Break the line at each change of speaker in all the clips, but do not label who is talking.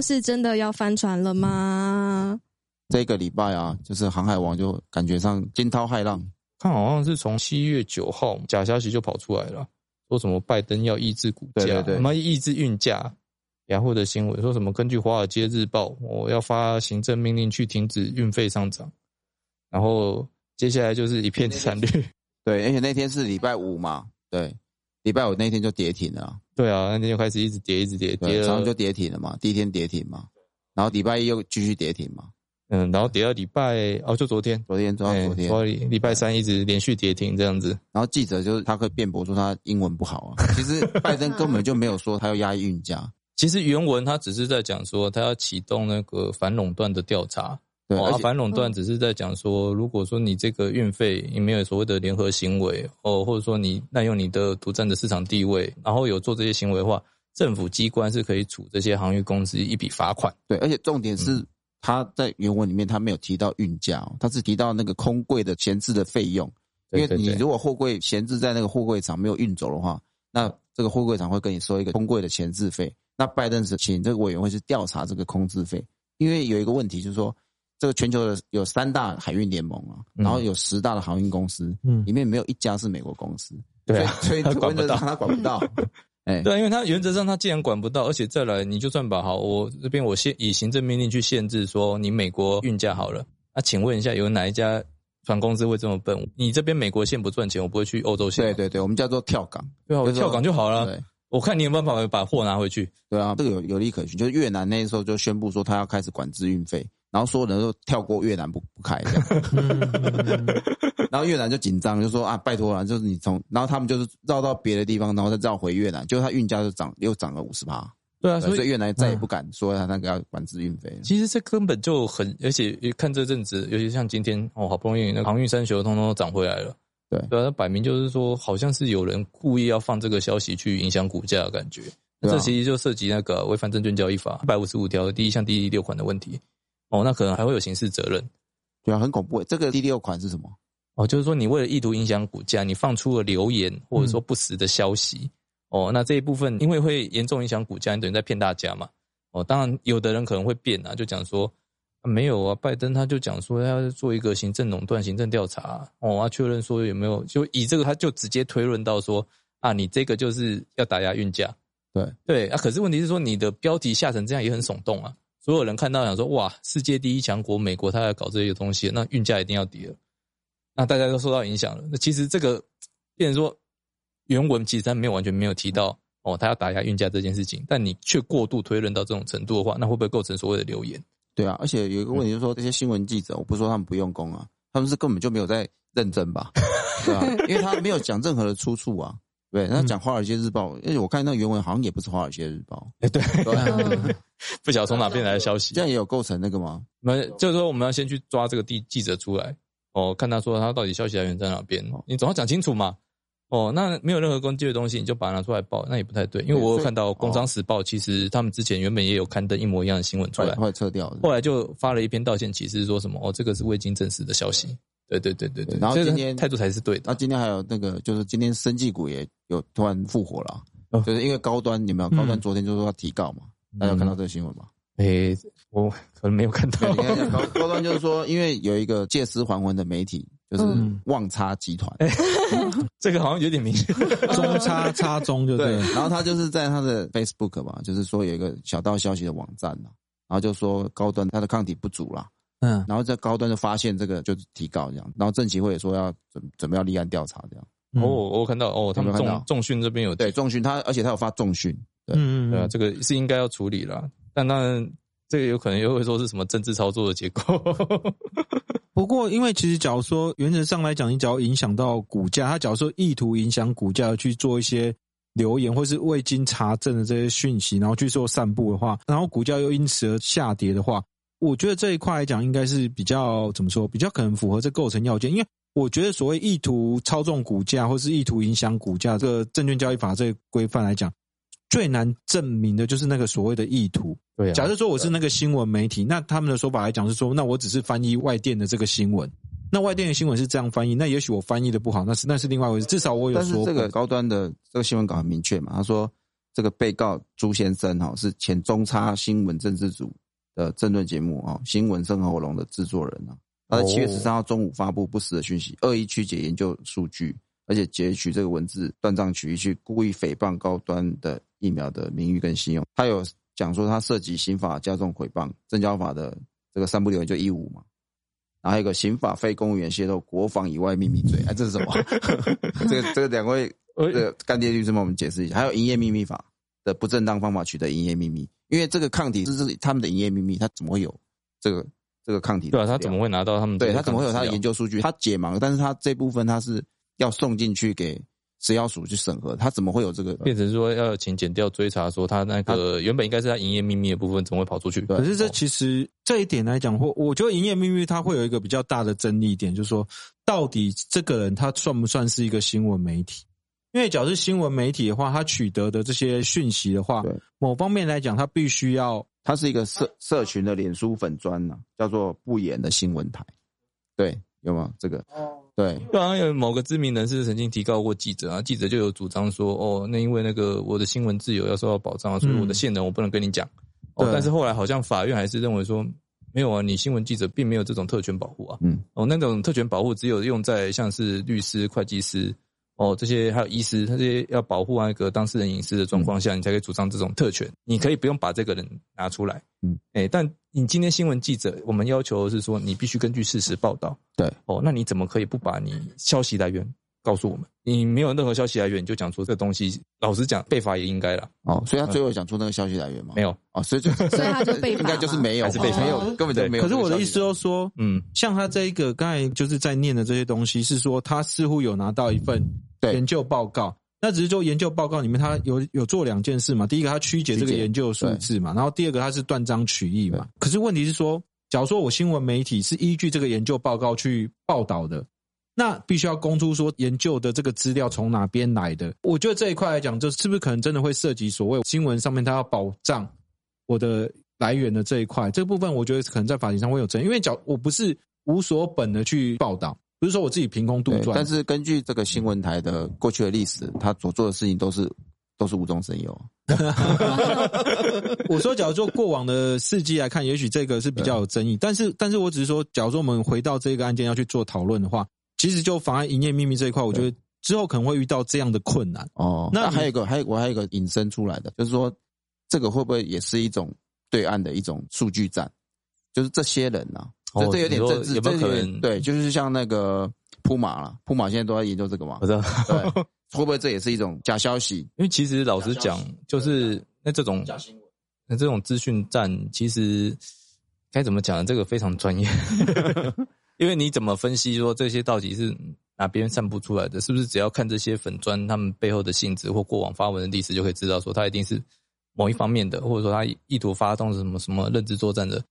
是真的要翻船了 吗？
这个礼拜啊，就是航海王就感觉上惊涛骇浪，
看好像是从七月九号假消息就跑出来了，说什么拜登要抑制股
对
价，
对对
什么抑制运价。雅虎的新闻说什么？根据《华尔街日报》，我要发行政命令去停止运费上涨。然后接下来就是一片惨绿。
对，而且那天是礼拜五嘛，对，礼拜五那天就跌停了啊，
对啊，那天就开始一直跌，一直跌，跌
对，然后
了
就跌停了嘛，第一天跌停嘛，然后礼拜一又继续跌停嘛，
嗯，然后跌到礼拜哦，就昨天，
昨天昨
哎
天昨天，
昨天礼拜三一直连续跌停这样子。
然后记者就是他会辩驳说他英文不好啊，其实拜登根本就没有说他要压抑运价，
其实原文他只是在讲说，他要启动那个反垄断的调查。
对，
哦，
而
啊
且嗯
反垄断只是在讲说，如果说你这个运费你没有所谓的联合行为，哦，或者说你滥用你的独占的市场地位，然后有做这些行为的话，政府机关是可以处这些航运公司一笔罚款。
对，而且重点
嗯
是他在原文里面他没有提到运价、哦，他只提到那个空柜的闲置的费用，因为
对
你
对对
如果货柜闲置在那个货柜厂没有运走的话，那这个货柜厂会跟你收一个空柜的闲置费。那拜登是请这个委员会去调查这个空置费，因为有一个问题就是说，这个全球的有三大海运联盟啊，
嗯
然后有十大的航运公司，
嗯
里面没有一家是美国公司，
对啊，
所以所以
管不到
他管 不到，哎，
对啊，因为他原则上他既然管不到，而且再来，你就算把好，我这边我限以行政命令去限制说你美国运价好了，那、请问一下，有哪一家船公司会这么笨？你这边美国线不赚钱，我不会去欧洲线，
对对对，我们叫做跳港，
对啊，我
就是说
跳港就好了。
对。
我看你有没有办法把货拿回去。
对啊，这个有有利可循。就是越南那时候就宣布说他要开始管制运费，然后所有人都跳过越南不不开这样，然后越南就紧张，就说啊拜托了，就是你从，然后他们就是绕到别的地方，然后再绕回越南，就他运价就涨又涨了五十趴，
对啊，
对
所
所
以
以越南再也不敢说他那个要管制运费了。
其实这根本就很，而且看这阵子，尤其像今天哦，好不容易那个航运三雄通通都涨回来了。
对
对啊，那摆明就是说，好像是有人故意要放这个消息去影响股价的感觉。那
对啊
这其实就涉及那个违反证券交易法一百五十五条第一项第六款的问题。哦，那可能还会有刑事责任。
对啊，很恐怖欸。这个第六款是什么？
哦，就是说你为了意图影响股价，你放出了流言或者说不实的消息。哦，那这一部分因为会严重影响股价，你等于在骗大家嘛。哦，当然有的人可能会变啊，就讲说、啊没有啊，拜登他就讲说他要做一个行政垄断、行政调查、哦，啊确认说有没有，就以这个他就直接推论到说啊，你这个就是要打压运价。
对
对啊，可是问题是说你的标题下成这样也很耸动啊，所有人看到想说哇，世界第一强国美国他要搞这些东西，那运价一定要跌了。那大家都受到影响了。那其实这个，变成说原文其实他没有完全没有提到哦，他要打压运价这件事情，但你却过度推论到这种程度的话，那会不会构成所谓的流言？
对啊，而且有一
嗯
个问题就是说，这些新闻记者，我不是说他们不用功啊，他们是根本就没有在认真 吧？对啊，因为他没有讲任何的出处啊。对，
嗯
他讲《华尔街日报》，而且我看那个原文好像也不是《华尔街日报
哎、 对，》，
对啊，
嗯
不晓得从哪边来的消息
这。样也有构成那个吗？
我们就是说，我们要先去抓这个记记者出来，哦，看他说他到底消息来源在哪边，你总要讲清楚嘛。哦，那没有任何攻击的东西，你就把它拿出来报，那也不太对，因为我有看到《工商时报》，其实他们之前原本也有刊登一模一样的新闻出
后来
来，哦
后来撤掉了。
后来就发了一篇道歉启事，说什么哦，这个是未经证实的消息。对对对对对，
然后
这个
今天
态度才是对
那
的。
今天还有那个，就是今天生技股也有突然复活了啊，
哦
就是因为高端有没有？
嗯
高端昨天就说要提告嘛，大家有看到这个新闻吗？
诶、哎我 可能没有看
对
到
你。看一下高高端就是说，因为有一个借尸还魂的媒体，就是
嗯
旺差集团，
这个好像有点 明显。
中 插插中就对
对
了，，
然后他就是在他的 Facebook 嘛，就是说有一个小道消息的网站呐、然后就说高端他的抗体不足啦，
嗯，
然后在高端就发现这个就是提告这样，然后政企会也说要准准备要立案调查这样。
哦，我看到哦，他们
有没有看
重
到
重训这边有
对，重讯他而且他有发重讯，对
嗯
对啊，这个是应该要处理啦。但当然，这个有可能又会说是什么政治操作的结果。
不过，因为其实假如说原则上来讲，你只要影响到股价，他假如说意图影响股价去做一些留言或是未经查证的这些讯息，然后去做散布的话，然后股价又因此而下跌的话，我觉得这一块来讲应该是比较怎么说，比较可能符合这构成要件，因为。我觉得所谓意图操纵股价，或是意图影响股价，这个证券交易法这个规范来讲，最难证明的就是那个所谓的意图。
对啊
啊
假设说我是那个新闻媒体，那他们的说法来讲是说，那我只是翻译外电的这个新闻，那外电的新闻是这样翻译，那也许我翻译的不好，那是那是另外一回事，至少我有
但是
说
这个高端的这个新闻稿很明确嘛，他说这个被告朱先生哈、哦、是前中差新闻政治组的政论节目哦，新闻生喉咙的制作人啊。他在七月
哦
十三号中午发布不实的讯息，恶意曲解研究数据，而且截取这个文字断章取义，去故意诽谤高端的疫苗的名誉跟信用。他有讲说他涉及刑法加重诽谤、证交法的这个三不留言就一五嘛，然后还有一个刑法非公务员泄露国防以外秘密罪，哎，这是什么？ 这个这个两位 这
呃，
个干爹律师帮我们解释一下，还有营业秘密法的不正当方法取得营业秘密，因为这个抗体是是他们的营业秘密，他怎么会有这个这个抗体的
对
资料？
啊，他怎么会拿到他们这
对
个
他
抗
怎
体资料？
么会有他的研究数据？他解盲，但是他这部分他是要送进去给食药署去审核，他怎么会有这个？
变成说要请检调追查，说他那个原本应该是他营业秘密的部分，怎么会跑出去？
对
可是这其实这一点来讲，或我觉得营业秘密它会有一个比较大的争议点，就是说到底这个人他算不算是一个新闻媒体？因为假如是新闻媒体的话，他取得的这些讯息的话
对，
某方面来讲，他必须要
他是一个社社群的脸书粉砖呢、叫做不演的新闻台，对，有吗？这个
哦
对，
对啊，有某个知名人士曾经提告过记者啊，记者就有主张说，哦，那因为那个我的新闻自由要受到保障啊，所以我的线人我不能跟你讲。哦，
对
但是后来好像法院还是认为说，没有啊，你新闻记者并没有这种特权保护啊。
嗯，
哦，那种特权保护只有用在像是律师、会计师，哦，这些还有医师，他这些要保护那个当事人隐私的状况下，你才可以主张这种特权。你可以不用把这个人拿出来，
嗯，
哎、但你今天新闻记者，我们要求的是说，你必须根据事实报道。
对，
哦，那你怎么可以不把你消息来源告诉我们？你没有任何消息来源，你就讲说这东西，老实讲，被罚也应该了，
哦，所以他最后讲出那个消息来源吗？
没有，
哦，所以就所
所以他就被
应该就是
罚嘛
没有，
还是被
罚
没有，根本就
对
没有
可
这个消息来源。
是我的意思就是说，
嗯，
像他这一个刚才就是在念的这些东西，是说他似乎有拿到一份
对
研究报告，那只是就研究报告里面他有有做两件事嘛，第一个他曲解这
曲
个
解
研究数字嘛，然后第二个他是断章取义嘛。可是问题是说，假如说我新闻媒体是依据这个研究报告去报道的。那必须要公出说研究的这个资料从哪边来的。我觉得这一块来讲，就是不是可能真的会涉及所谓新闻上面它要保障我的来源的这一块，这部分我觉得可能在法庭上会有争议，因为讲我不是无所本的去报道，不是说我自己凭空杜
对，
撰，
但是根据这个新闻台的过去的历史，他所做的事情都是都是无中生有。
我说，假如说过往的事迹来看，也许这个是比较有争议，但是，但是我只是说，假如说我们回到这个案件要去做讨论的话，其实就妨碍营业秘密这一块，我觉得之后可能会遇到这样的困难。
哦，
那
那
你
还有一个，还有我还有一个引申出来的，就是说这个会不会也是一种对岸的一种数据战？就是这些人啊，
哦
这这有点
你说
政治，
有没有
这
可
点
能
对，就是像那个铺马啦，铺马现在都在研究这个嘛
我，知道。
对，会不会这也是一种假消息？
因为其实老实讲，就是那这种那这种资讯站，其实该怎么讲呢？这个非常 专业，因为你怎么分析说这些到底是哪边散布出来的？是不是只要看这些粉砖他们背后的性质或过往发文的历史，就可以知道说他一定是某一方面的，或者说他意图发动什么什么认知作战的？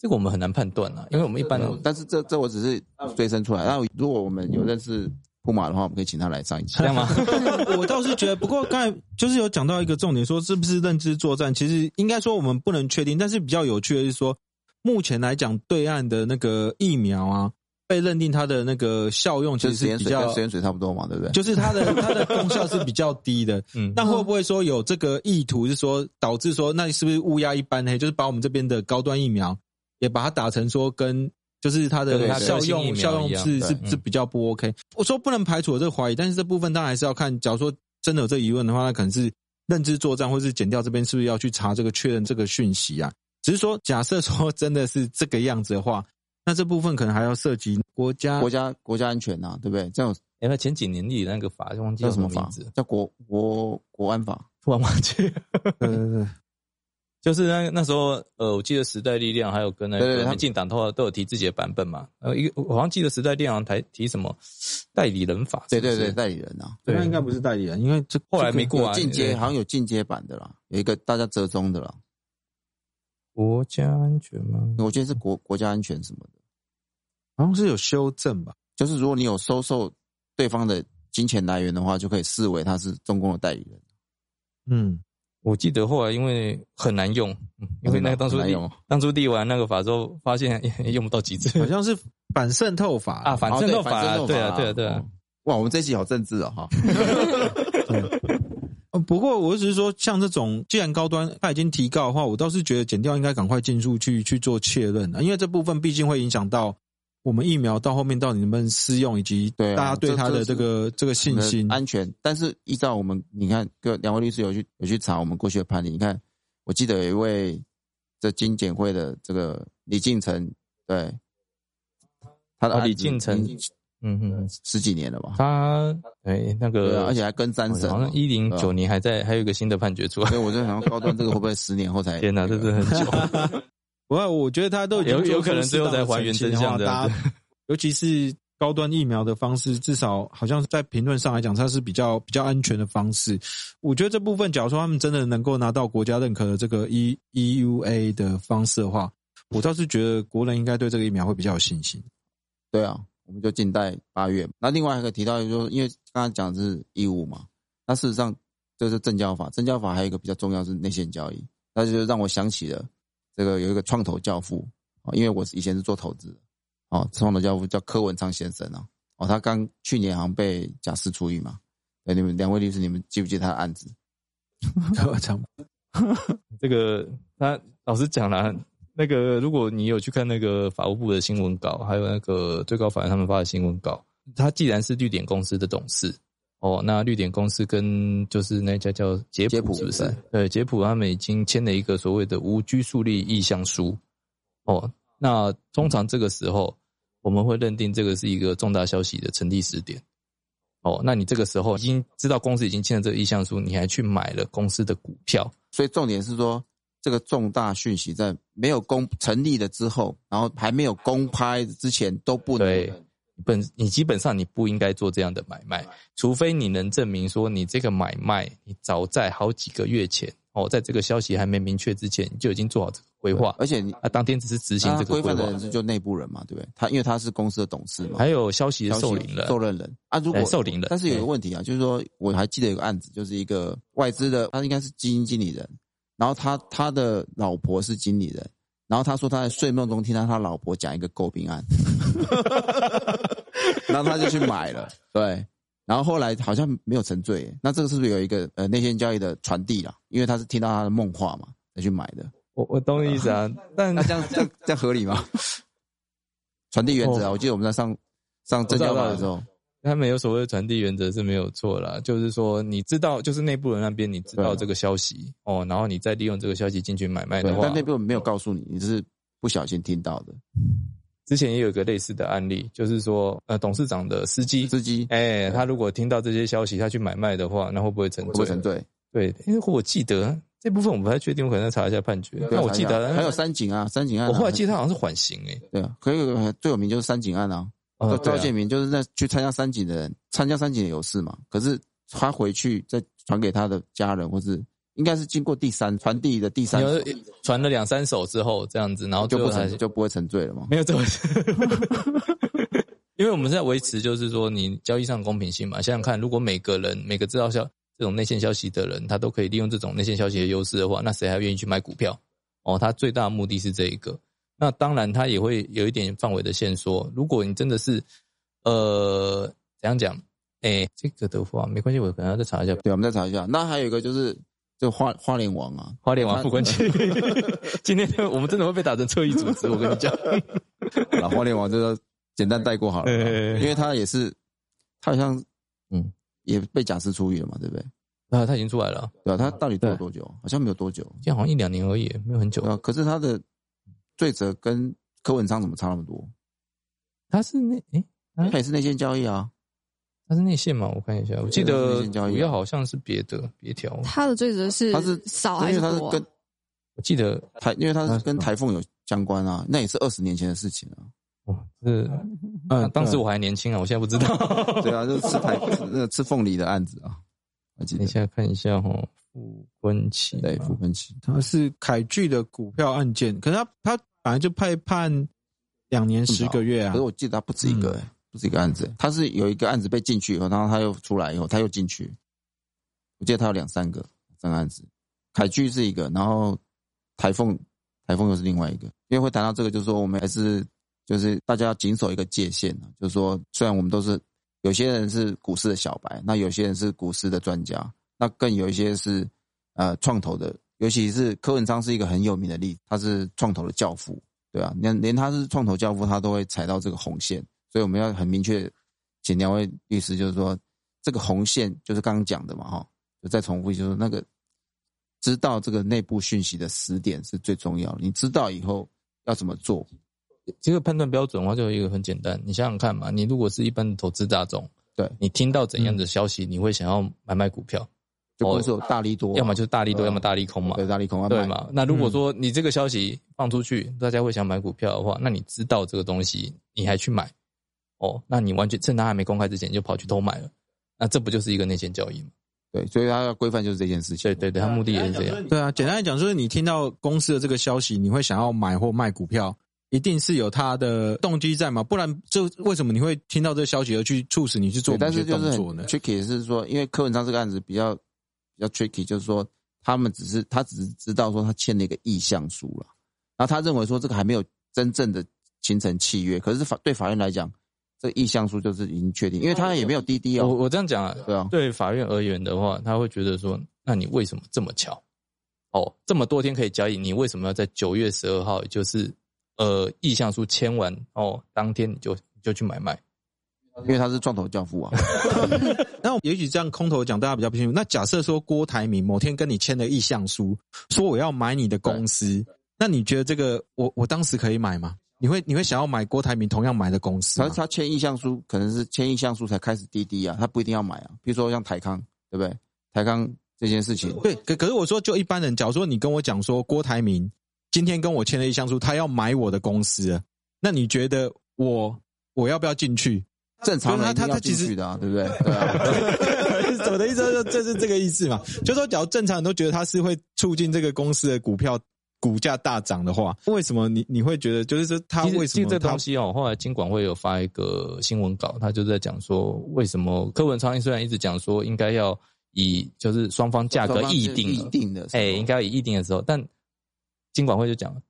这个我们很难判断啊，因为我们一般
对嗯但是这这我只是追生出来。那如果我们有认识铺马的话，我们可以请他来上一期
这。样吗？
我倒是觉得，不过刚才就是有讲到一个重点，说是不是认知作战，其实应该说我们不能确定，但是比较有趣的是说，目前来讲，对岸的那个疫苗啊，被认定它的那个效用其
就
实
是实
是
验
比
水
较
跟实，验水差不多嘛，对不对？
就是它的它的功效是比较低的。
嗯，
那会不会说有这个意图，是说导致说，那是不是乌鸦一般黑，就是把我们这边的高端疫苗也把它打成说跟就是它
对
的
对对
效
跟新疫
用
苗
效用
一样
是
对
是
嗯
是比较不 OK？我说不能排除我这个怀疑，但是这部分当然还是要看，假如说真的有这个疑问的话，那可能是认知作战，或是减掉这边是不是要去查这个确认这个讯息啊？只是说假设说真的是这个样子的话，那这部分可能还要涉及国家
国家国家安全呐、对不对？这种
哎，那前几年立的那个法忘记
叫
叫
什
什么
么
名
法
字了，？
叫国国国安法。
突然忘记了。
对对对
就是那那时候，呃，我记得时代力量还有跟那
对对
个
他们
民进党的话都有提自己的版本嘛。呃，一个我好像记得时代力量台提什么代理人法
对
是不
对对，
是
代理人啊，
那应该不是代理人，因为这
后来没过
有
啊。
进阶，
对
好像有进阶版的啦，有一个大家折中的啦。
国家安全吗？
我觉得是国国家安全什么的，
好像是有修正吧。
就是如果你有收受对方的金钱来源的话，就可以视为他是中共的代理人。
嗯，
我记得后来因为很难用，嗯因为那个当初
很难
立
用
当初立完那个法之后，发现 也用不到几次
好像是反渗透法
啊，反
哦
正都
对反
法，
渗透
对
法
啊
哦
啊，对啊，对啊。
哇，我们这期好政治哦，哈。
呃，不过我只是说，像这种既然高端它已经提高的话，我倒是觉得减掉应该赶快进入去去做确认啊，因为这部分毕竟会影响到我们疫苗到后面到底能不能适用，以及
对啊
大家对
这
它的
这
这个这个信心。
安全。但是依照我们，你看，各两位律师有去有去查我们过去的判例，你看，我记得有一位这金检会的这个李进成，对，他的
啊
案子
李进成
已经
嗯嗯，
十几年了吧？
他哎那
对
个
啊，而且还跟三审哦，
好像一零九年还在，还有一个新的判决出来。
所以我就想，高端这个会不会十年后才？
天哪，这
这
真的 很久。
不过我觉得他都已经
有
做出
有可能最后
适当的
才还原
澄
真
清
相
的话
这样子
大家 尤其是高端疫苗的方式，至少好像在评论上来讲，它是比较比较安全的方式。我觉得这部分，假如说他们真的能够拿到国家认可的这个 E EUA 的方式的话，我倒是觉得国人应该对这个疫苗会比较有 信心。
对啊，我们就静待八月。那另外还可以提到，就是说因为刚刚讲的是义务嘛，那事实上这是证交法，证交法还有一个比较重要是内线交易，那就是让我想起了这个有一个创投教父啊，哦因为我以前是做投资的哦，创投教父叫柯文昌先生啊，哦，他刚去年好像被假释出狱嘛。对，你们两位律师，你们记不记得他的案子？
这个他老实讲啦，那个如果你有去看那个法务部的新闻稿，还有那个最高法院他们发的新闻稿，他既然是绿点公司的董事，哦，那绿点公司跟就是那家叫捷
捷普
普是不是？对，捷普他们已经签了一个所谓的无拘束力意向书。哦，那通常这个时候我们会认定这个是一个重大消息的成立时点。哦，那你这个时候已经知道公司已经签了这个意向书，你还去买了公司的股票，
所以重点是说，这个重大讯息在没有公成立了之后，然后还没有公开之前都不能
对本你基本上你不应该做这样的买卖，除非你能证明说你这个买卖你早在好几个月前哦，在这个消息还没明确之前，你就已经做好这个规划，
而且你
啊，当天只是执行
那
这
啊规
个规
范
划
的，人是就内部人嘛，对不对？他因为他是公司的董事嘛，
还有消息的受领人，
受任人啊。如果
哎受领人
但是有一个问题啊，就是说我还记得有个案子，就是一个外资的，他应该是基金经理人，然后他他的老婆是经理人，然后他说他在睡梦中听到他老婆讲一个诟病案， 然后他就去买了，对。然后后来好像没有沉醉耶，那这个是不是有一个呃内线交易的传递啦？因为他是听到他的梦话嘛，才去买的。
我我懂你意思啊， 但
那这样这样这样合理吗？传递原则啊，我记得我们在上上政教大的时候，
他们有所谓的传递原则是没有错啦，就是说你知道，就是内部人那边你知
对
道
啊
这个消息哦，然后你再利用这个消息进去买卖的
对
哎话，
但那边我们没有告诉你，你是不小心听到的。
之前也有一个类似的案例，就是说呃董事长的司机
司机
哎、他如果听到这些消息，他去买卖的话，那会不会沉
会
醉？
不会沉醉？
对，因为我记得这部分我不太确定，我可能要查一下判决。
对啊
但我记得
还有，三井啊，三井案啊，
我后来记得他好像是缓刑诶、
对啊，可以有个最有名就是三井案啊。
欸。
赵
对
建
啊
民就是那去参加三井的人，参加三井的有事嘛，可是他回去再传给他的家人，或是应该是经过第三传递的第三
你
手，
要是传了两三首之后这样子，然后
就
最
不
后才
沉就不会沉醉了嘛。
没有这回事。 因为我们是在维持，就是说你交易上的公平性嘛。想想看，如果每个人每个知道消这种内线消息的人，他都可以利用这种内线消息的优势的话，那谁还愿意去买股票？哦，他最大的目的是这一个。那当然，他也会有一点范围的限缩。如果你真的是，呃，怎样讲？哎、这个的话没关系，我可能要再查一下。
对，我们再查一下。那还有一个就是这花花莲王啊，
花莲王 傅冠奇， 今天我们真的会被打成侧翼组织，我跟你讲。
老花脸王这个简单带过好了，
哎
因为他也是，他好像
嗯
也被假释出狱了嘛，对不对？
啊，他已经出来了，
对啊，他到底坐
对
多久？好像没有多久，
今天好像一两年而已，没有很久
对。啊。可是他的罪责跟柯文昌怎么差那么多？
他是内诶、嗯
他也是内线交易啊，
他是内线吗？我看一下，我记
对他是
得
内线交易啊
主要好像是别的别条，
他的罪责是
他是
少还
因为他
多
是
啊？
跟
我记得
台，因为他
啊
是跟台风有相关啊，那也是二十年前的事情啊。
哦是，
嗯，
当时我还年轻啊，我现在不知 道。
对啊，就是吃台那个吃凤梨的案子啊，我记
等一
得
下看一下哈、哦，傅坤奇，
对傅昆奇，
它是凯巨的股票案件，可是他他本来就判判两年十个月啊
可是。我记得他不止一个、欸，不止一个案子欸、他是有一个案子被进去以后，然后他又出来以后，他又进去。我记得他有两三个三个案子，凯巨是一个，然后台风台风又是另外一个。因为会谈到这个，就是说我们还是就是大家要谨守一个界限啊，就是说虽然我们都是有些人是股市的小白，那有些人是股市的专家，那更有一些是呃创投的，尤其是柯文昌是一个很有名的例子，他是创投的教父，对啊，连连他是创投教父，他都会踩到这个红线，所以我们要很明确，请两位律师就是说，这个红线就是刚刚讲的嘛，哈，就再重复就是那个知道这个内部讯息的时点是最重要的，你知道以后要怎么做，
这个判断标准的话，就有一个很简单，你想想看嘛，你如果是一般的投资大众，
对嗯
你听到怎样的消息，你会想要买卖股票，
就不会说有大力多啊、
哦要么就是大力多，
呃
要么大力空嘛，
对大力空啊，
对
买
嘛？那如果说你这个消息放出去，大家会想买股票的话，那你知道这个东西，你还去买，哦，那你完全趁它还没公开之前你就跑去偷买了，那这不就是一个内线交易吗？
对，所以他要规范就是这件事情。
对对对，它目的也是这样。。
对啊，简单来讲，就是你听到公司的这个消息，你会想要买或卖股票，一定是有它的动机在嘛？不然就为什么你会听到这个消息而去促使你去做
对，
某
但
些
是就
动
是很
作呢？
tricky，是说，因为柯文昌这个案子比较比较 tricky，就是说他们只是他只是知道说他签了一个意向书了，然后他认为说这个还没有真正的形成契约，可是法对法院来讲，这个意向书就是已经确定，因为他也没有滴滴
我
哦，
我这样讲啊，
对啊，
对法院而言的话，他会觉得说，那你为什么这么巧？哦，这么多天可以交易，你为什么要在九月十二号，也就是呃意向书签完哦，当天你就你就去买卖？
因为他是创投教 父啊，
那也许这样空头讲，大家比较不清楚。那假设说郭台铭某天跟你签了意向书，说我要买你的公司，那你觉得这个我我当时可以买吗？你会你会想要买郭台铭同样买的公司
他
吗？
他签意向书可能是签意向书才开始滴滴啊，他不一定要买啊，比如说像台康，对不对？台康这件事情，
嗯
对，可可是我说就一般人，假如说你跟我讲说郭台铭今天跟我签了意向书，他要买我的公司了，那你觉得我我要不要进去？
正常人
他
一定
他
要
他其
进
实
去的啊，对不对？对 啊。
我的意思就是这是这个意思嘛，就说假如正常人都觉得它是会促进这个公司的股票股价大涨的话，为什么你你会觉得就是说它
其实
为
其
什
实
么
这
它
东西哦，后来金管会有发一个新闻稿，他就在讲说，为什么柯文昌虽然一直讲说应该要以就是双方价格
双方
议
是
定
议
了，
定的时
哎、
候，
应该要以议定的时候，但金管会就讲了，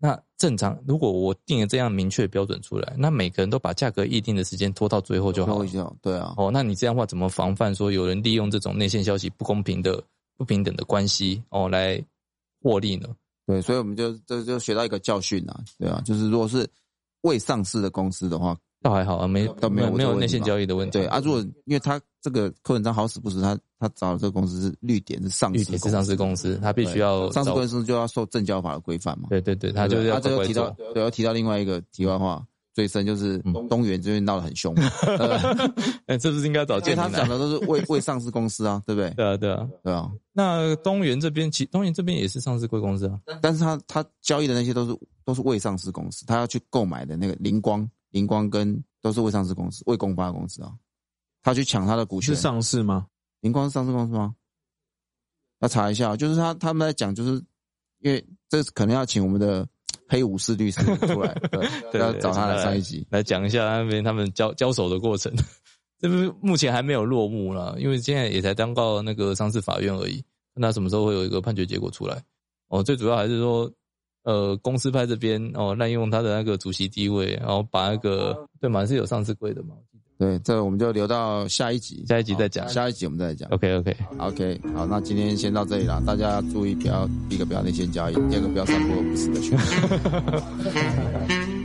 那正常如果我定了这样明确标准出来，那每个人都把价格议定的时间拖到最后就好
后
了
一。下，对啊，
哦，那你这样的话怎么防范说有人利用这种内线消息不公平的、不平等的关系哦来获利呢？
对，所以我们就这就学到一个教训啊，对啊，就是如果是未上市的公司的话，
倒还好啊，没
倒没有
没
这个
有
问
内
题
线
吧
交易的问题。
对啊，如果因为他这个柯文章好死不死，他他找的这个公司是绿点是上
玉
市
铁
公
是
司，
上市公司，它必须要
对上市
找
公司就要受证交法的规范嘛，
对对对，它
对
就
不
是
对
要
啊，这
乖
个
乖
提到
做。
对，要提到另外一个题外话。最深就是
嗯
东元最近闹得很凶嘛， 对
哎，这不是应该找
因为
建
他
明
讲
来？
的都是 未未上市公司啊，对不对？
对啊对啊。
对啊，
那东元这边其东元这边也是上市贵公司啊。
但是他他交易的那些都是都是未上市公司，他要去购买的那个灵光，灵光跟都是未上市公司，未公发的公司啊，他去抢他的股
是
权。
上市吗？
灵光是上市公司吗？要查一下，啊就是他他们在讲，就是因为这可能要请我们的黑武士律师出来，对，
对
要
对
找他来
来
上一集。
来讲一下那边他们交交手的过程， 这不是目前还没有落幕啦，因为现在也才刚到那个上市法院而已。那什么时候会有一个判决结果出来？哦，最主要还是说，呃，公司派这边哦滥用他的那个主席地位，然后把那个对嘛是有上市柜的嘛，
对，这我们就留到下一集，
下一集再讲
好下一集我们再讲。
OK OK，
OK，好，那今天先到这里啦，大家注意不要，第一个不要内线交易，第二个不要散播不实的讯息。